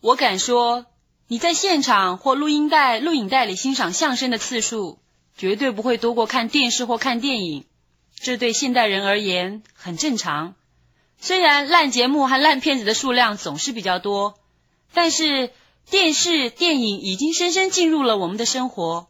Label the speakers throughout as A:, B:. A: 我敢说，你在现场或录音带、录影带里欣赏相声的次数，绝对不会多过看电视或看电影。这对现代人而言很正常。虽然烂节目和烂片子的数量总是比较多，但是电视、电影已经深深进入了我们的生活，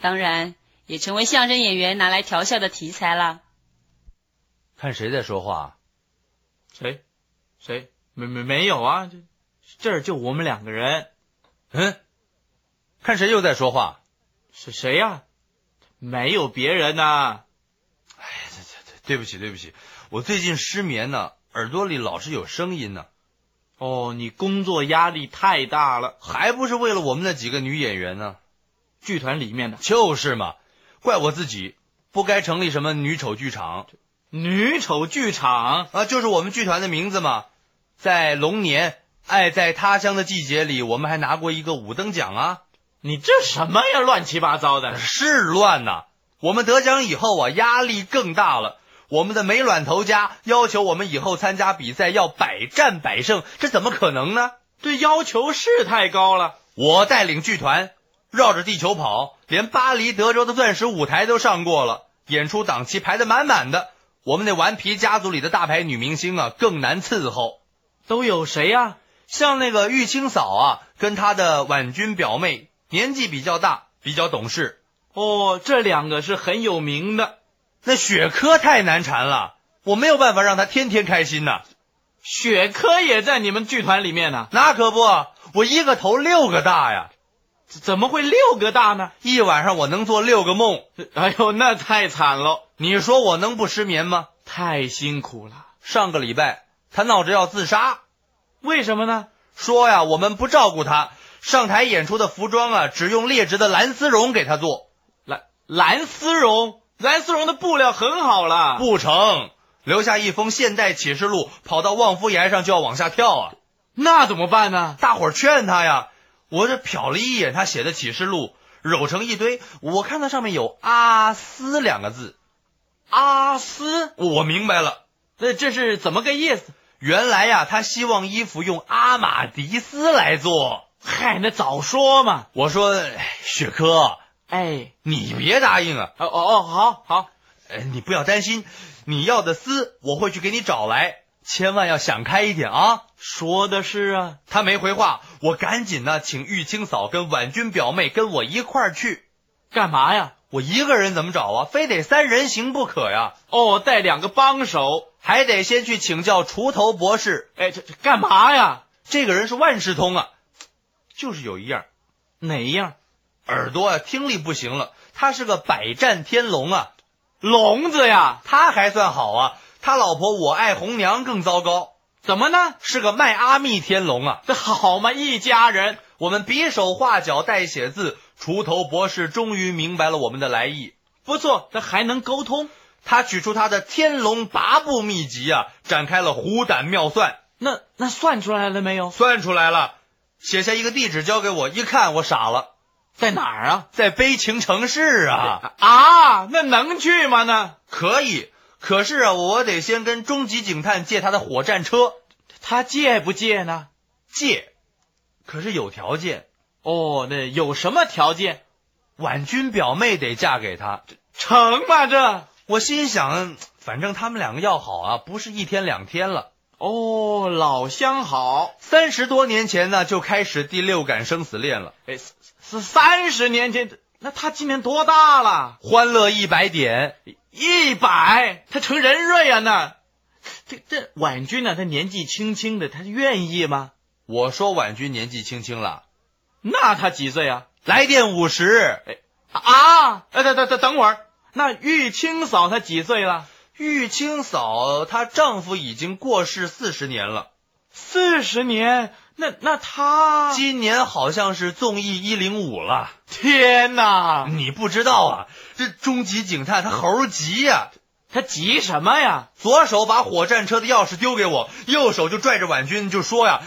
A: 当然也成为相声演员拿来调笑的题材啦。
B: 看谁在说话？
C: 谁？谁？没没没有啊？这这儿就我们两个人。
B: 嗯，看谁又在说话？
C: 是谁呀、没有别人呐、
B: 哎，这这这，对不起对不起，我最近失眠呢，耳朵里老是有声音呢，
C: 哦，你工作压力太大了。
B: 还不是为了我们那几个女演员呢？
C: 剧团里面的
B: 就是嘛，怪我自己不该成立什么女丑剧场
C: 女丑剧场，
B: 啊，就是我们剧团的名字嘛。在龙年《爱在他乡的季节》里，我们还拿过一个五等奖啊，
C: 你这什么呀？乱七八糟的。
B: 是乱呐、我们得奖以后啊，压力更大了。我们的美卵头家要求我们以后参加比赛要百战百胜，这怎么可能呢？
C: 这要求是太高了。
B: 我带领剧团绕着地球跑，连巴黎、德州的钻石舞台都上过了，演出档期排得满满的。我们那顽皮家族里的大牌女明星啊，更难伺候。
C: 都有谁呀、
B: 像那个玉清嫂啊，跟她的婉君表妹，年纪比较大，比较懂事。
C: 哦，这两个是很有名的。
B: 那雪珂太难缠了，我没有办法让她天天开心呐、
C: 雪珂也在你们剧团里面呢、
B: 那可不，我一个头六个大呀，
C: 怎怎么会六个大呢？
B: 一晚上我能做六个梦。
C: 哎呦，那太惨了，
B: 你说我能不失眠吗？
C: 太辛苦了。
B: 上个礼拜他闹着要自杀，
C: 为什么呢？
B: 说呀我们不照顾他，上台演出的服装啊只用劣质的蓝丝绒给他做，
C: 蓝蓝丝绒，蓝丝绒的布料很好啦。
B: 不成，留下一封现代启示录，跑到望夫岩上就要往下跳啊！
C: 那怎么办呢？
B: 大伙儿劝他呀，我这瞟了一眼他写的启示录，揉成一堆，我看到上面有阿斯两个字，
C: 阿斯，
B: 我明白了。
C: 那啊这是怎么个意思？
B: 原来呀，他希望衣服用阿玛迪斯来做。
C: 嗨，那早说嘛！
B: 我说，哎雪珂，
C: 哎，
B: 你别答应啊！
C: 哦哦哦，好好，
B: 呃你不要担心，你要的丝我会去给你找来，千万要想开一点啊！
C: 说的是啊，
B: 他没回话，我赶紧呢，请玉清嫂跟婉君表妹跟我一块儿去。
C: 干嘛呀？
B: 我一个人怎么找啊？非得三人行不可呀！哦
C: 哦，带两个帮手，
B: 还得先去请教锄头博士，
C: 哎，这这干嘛呀？
B: 这个人是万事通啊，就是有一样。
C: 哪样？
B: 耳朵啊听力不行了，他是个百战天龙啊，
C: 聋子呀？
B: 他还算好啊，他老婆我爱红娘更糟糕，
C: 怎么呢？
B: 是个迈阿密天龙啊。
C: 这好嘛，一家人。
B: 我们比手画脚代写字，锄头博士终于明白了我们的来意。
C: 不错，这还能沟通。
B: 他取出他的天龙八部秘籍啊，展开了虎胆妙算，
C: 那那算出来了没有？
B: 算出来了，写下一个地址交给我，一看我傻了，
C: 在哪儿啊？
B: 在悲情城市啊，
C: 啊，那能去吗？那
B: 可以，可是啊，我得先跟终极警探借他的火战车，
C: 他借不借呢？
B: 借，可是有条件，
C: 哦，那有什么条件？
B: 婉君表妹得嫁给他。
C: 成吗？这
B: 我心想，反正他们两个要好啊，不是一天两天了。
C: 哦，老相好。
B: 三十多年前呢，就开始第六感生死恋了。
C: 哎，是是三十年前，那他今年多大了？
B: 欢乐一百点，
C: 一百，他成人瑞啊那。这这婉君呢、她年纪轻轻的，她愿意吗？
B: 我说婉君年纪轻轻了，
C: 那她几岁啊？
B: 来电五十。
C: 啊，哎，等等等等会儿，那玉清嫂她几岁了？
B: 玉清嫂她丈夫已经过世四十年了，
C: 四十年，那那她，
B: 今年好像是综艺一零五了。
C: 天哪，
B: 你不知道啊，这终极警探他猴急呀、
C: 她急什么呀？
B: 左手把火战车的钥匙丢给我，右手就拽着婉君就说呀，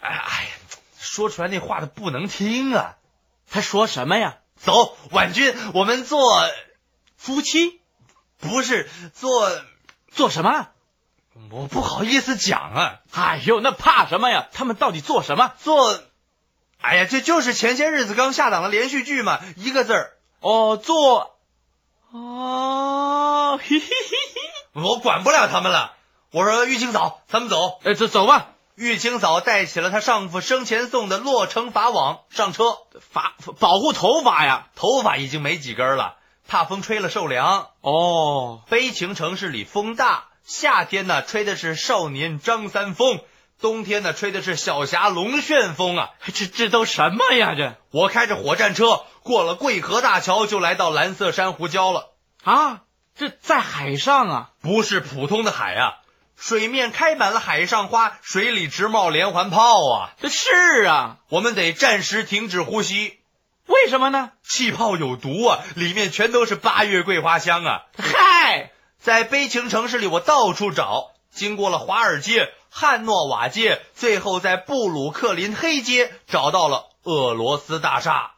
B: 哎哎呀，说出来那话他不能听啊。
C: 她说什么呀？
B: 走，婉君，我们做
C: 夫妻
B: 不是做，
C: 做什么？
B: 我不好意思讲啊，
C: 哎呦，那怕什么呀？他们到底做什么？
B: 做，哎呀，这就是前些日子刚下档的连续剧嘛，一个字儿，
C: 哦，做，哦，嘿嘿嘿嘿，
B: 我管不了他们了。我说玉清嫂，咱们走。
C: 呃，走走吧，
B: 玉清嫂带起了她丈夫生前送的洛城法网上车，
C: 法保护头发呀。
B: 头发已经没几根了，怕风吹了受凉。
C: 哦，
B: 悲情城市里风大，夏天呢吹的是少年张三丰，冬天呢吹的是小侠龙旋风啊。
C: 这这都什么呀？这
B: 我开着火战车过了桂河大桥，就来到蓝色珊瑚礁了。
C: 啊，这在海上啊？
B: 不是普通的海啊，水面开满了海上花，水里直冒连环炮啊！
C: 这是啊，
B: 我们得暂时停止呼吸，
C: 为什么呢？
B: 气泡有毒啊，里面全都是八月桂花香啊！
C: 嗨，
B: 在悲情城市里，我到处找，经过了华尔街、汉诺瓦街，最后在布鲁克林黑街找到了俄罗斯大厦。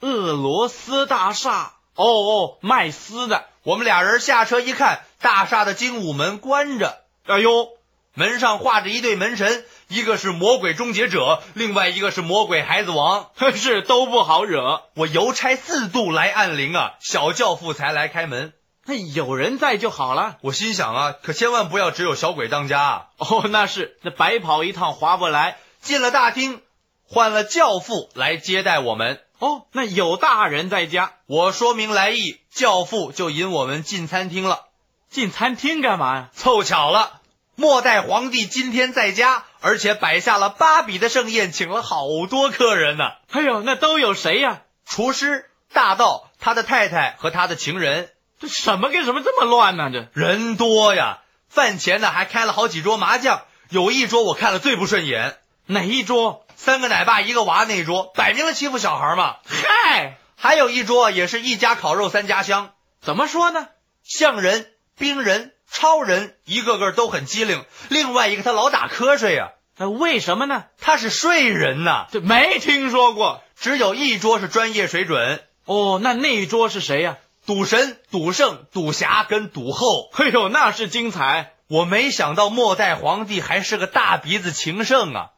C: 俄罗斯大厦。哦哦，卖丝的。
B: 我们俩人下车一看，大厦的精武门关着，
C: 哎呦，
B: 门上画着一对门神，一个是魔鬼终结者，另外一个是魔鬼孩子王。
C: 是都不好惹。
B: 我邮差四度来按铃啊，小教父才来开门。
C: 那有人在就好了。
B: 我心想啊，可千万不要只有小鬼当家啊！
C: 哦，那是，那白跑一趟划不来。
B: 进了大厅，换了教父来接待我们。
C: 哦，那有大人在家，
B: 我说明来意，教父就引我们进餐厅了。
C: 进餐厅干嘛呀？
B: 凑巧了，末代皇帝今天在家，而且摆下了巴比的盛宴，请了好多客人呢、
C: 哎呦，那都有谁呀？
B: 厨师、大盗、他的太太和他的情人，
C: 这什么跟什么这么乱呢、这
B: 人多呀。饭前呢还开了好几桌麻将，有一桌我看了最不顺眼，
C: 哪一桌？
B: 三个奶爸一个娃那一桌，摆明了欺负小孩嘛。
C: 嗨，
B: 还有一桌也是一家烤肉三家香，
C: 怎么说呢？
B: 象人、冰人、超人，一个个都很机灵。另外一个他老打瞌睡呀、
C: 呃，为什么呢？
B: 他是睡人呐、
C: 这没听说过。
B: 只有一桌是专业水准，
C: 哦，那那一桌是谁呀？
B: 赌神、赌圣、赌侠跟赌后。
C: 哎呦，那是精彩。
B: 我没想到末代皇帝还是个大鼻子情圣啊！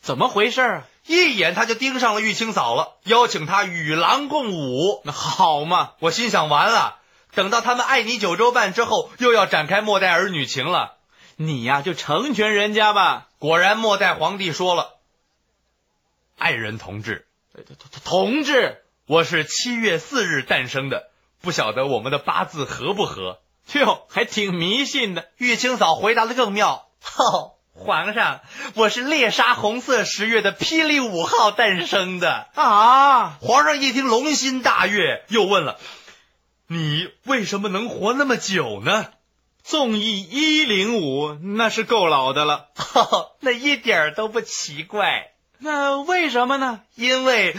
C: 怎么回事啊？
B: 一眼他就盯上了玉清嫂了，邀请她与狼共舞。
C: 那好嘛，
B: 我心想完了，等到他们爱你九州半之后，又要展开末代儿女情了。
C: 你呀、就成全人家吧。
B: 果然，末代皇帝说了：“爱人同志，
C: 呃同志，
B: 我是七月四日诞生的，不晓得我们的八字合不合。
C: 哟，还挺迷信的。”
B: 玉清嫂回答的更妙：“哦，皇上，我是猎杀红色十月的霹雳五号诞生的。
C: 啊”，
B: 皇上一听，龙心大悦，又问了：“你为什么能活那么久呢
C: 纵意一零五哦那是够老的了。？”
B: 哦， 那一点儿都不奇怪，
C: 那为什么呢？
B: 因为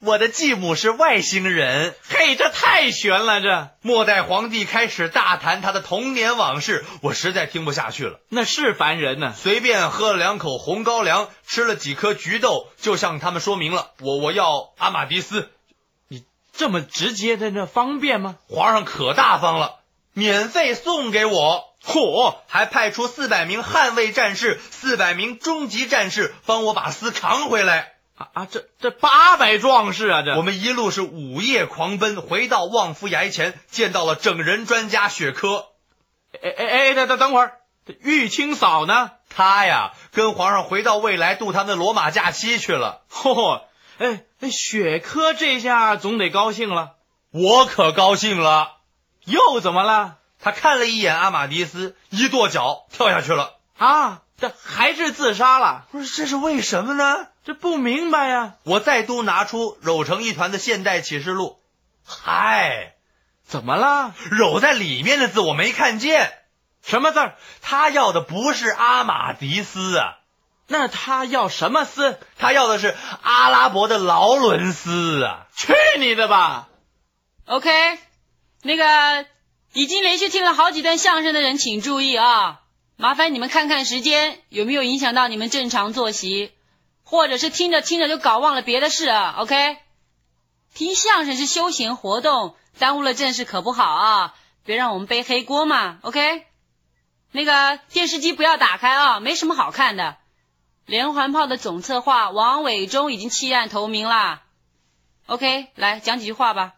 B: 我的继母是外星人。
C: 嘿，这太悬了，这
B: 末代皇帝开始大谈他的童年往事，我实在听不下去了。
C: 那是凡人呢、
B: 随便喝了两口红高粱，吃了几颗菊豆，就向他们说明了我我要阿玛迪斯。
C: 这么直接的那方便吗？
B: 皇上可大方了，免费送给我。嚯！还派出四百名捍卫战士、四百名终极战士帮我把丝扛回来。
C: 啊啊，这这八百壮士啊，这
B: 我们一路是午夜狂奔，回到望夫崖前，见到了整人专家雪珂。
C: 哎哎哎，等等等会儿，这玉清嫂呢？
B: 他呀，跟皇上回到未来度他们的罗马假期去了。
C: 嚯、哎哎，雪珂这下总得高兴了，
B: 我可高兴了。
C: 又怎么了？
B: 他看了一眼阿玛迪斯，一跺脚跳下去了。
C: 啊，这还是自杀了？
B: 不是，这是为什么呢？
C: 这不明白呀、
B: 我再度拿出揉成一团的《现代启示录》，嗨，
C: 怎么了？
B: 揉在里面的字我没看见。
C: 什么字儿？
B: 他要的不是阿玛迪斯啊，
C: 那他要什么丝？
B: 他要的是阿拉伯的劳伦斯啊。
C: 去你的吧！
A: OK，那个已经连续听了好几段相声的人，请注意啊！麻烦你们看看时间有没有影响到你们正常作息，或者是听着听着就搞忘了别的事啊。OK，听相声是休闲活动，耽误了正事可不好啊！别让我们背黑锅嘛。OK，那个电视机不要打开啊，没什么好看的。连环炮的总策划王伟忠已经弃暗投明啦。OK，来讲几句话吧。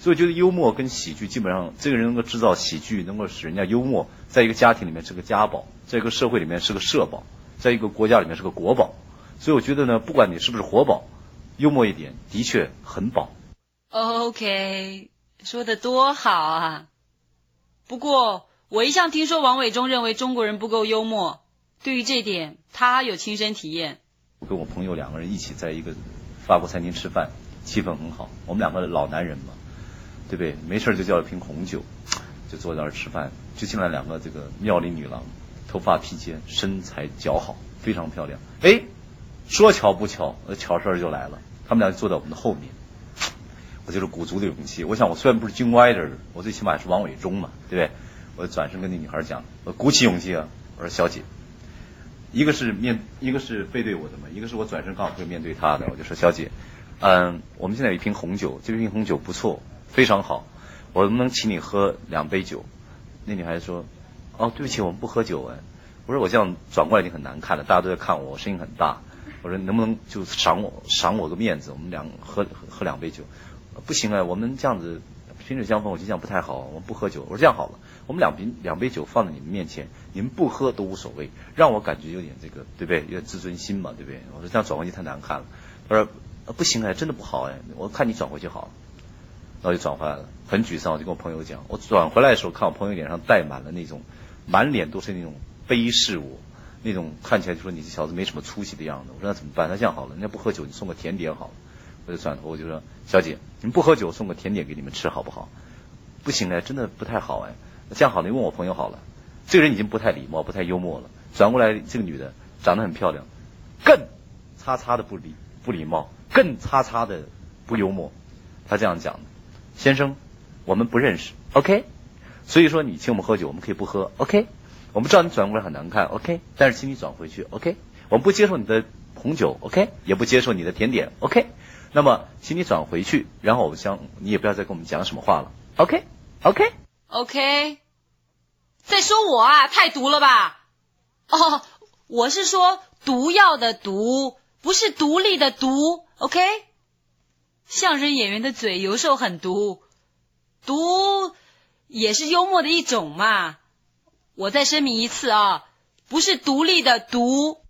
D: 所以我觉得幽默跟喜剧基本上，这个人能够制造喜剧，能够使人家幽默，在一个家庭里面是个家宝，在一个社会里面是个社保，在一个国家里面是个国宝。所以我觉得呢，不管你是不是活宝，幽默一点的确很宝。
A: OK，说的多好啊！不过我一向听说王伟忠认为中国人不够幽默，对于这点他有亲身体验。
D: 我跟我朋友两个人一起在一个法国餐厅吃饭，气氛很好。我们两个老男人嘛，对不对？没事就叫一瓶红酒，就坐在那儿吃饭。就进来两个这个妙龄女郎，头发披肩，身材姣好，非常漂亮。哎，说巧不巧，呃巧事儿就来了，他们俩就坐在我们的后面。我就是鼓足的勇气，我想我虽然不是京歪的人，我最起码也是王伟忠嘛，对不对？我就转身跟那女孩讲，我鼓起勇气啊，我说小姐，一个是面，一个是背对我的嘛，一个是我转身刚好会面对她的，我就说小姐，嗯，我们现在有一瓶红酒，这瓶红酒不错，非常好，我能不能请你喝两杯酒？那女孩子说，哦，对不起，我们不喝酒哎。我说我这样转过来你很难看的，大家都在看我，我声音很大。我说能不能就赏我赏我个面子，我们两喝喝喝两杯酒？呃不行啊，我们这样子萍水相逢，我觉得这样不太好，我们不喝酒。我说这样好了，我们两瓶两杯酒放在你们面前，你们不喝都无所谓，让我感觉有点这个，对不对？有点自尊心嘛，对不对？我说这样转过去太难看了。他说、呃不行哎，真的不好哎，我看你转回去好了。然后就转回来了，很沮丧。我就跟我朋友讲，我转回来的时候，看我朋友脸上带满了那种，满脸都是那种卑视我，那种看起来就说你这小子没什么出息的样子。我说那怎么办？那这样好了，人家不喝酒，你送个甜点好了。我就转头我就说，小姐，你们不喝酒，送个甜点给你们吃好不好？不行哎，真的不太好哎。这样好了，你问我朋友好了。这个人已经不太礼貌，不太幽默了。转过来，这个女的长得很漂亮，更叉叉的不礼不礼貌，更叉叉的不幽默。她这样讲的。先生，我们不认识，OK？所以说你请我们喝酒，我们可以不喝，OK？我们知道你转过来很难看，OK？但是请你转回去，OK？我们不接受你的红酒，OK？也不接受你的甜点，OK？那么请你转回去，然后我们相你也不要再跟我们讲什么话了，OK？OK？
A: OK，在说我啊，太毒了吧？哦，我是说毒药的毒，不是独立的毒。OK，相声演员的嘴有时候很毒，毒也是幽默的一种嘛。我再声明一次啊，不是独立的毒。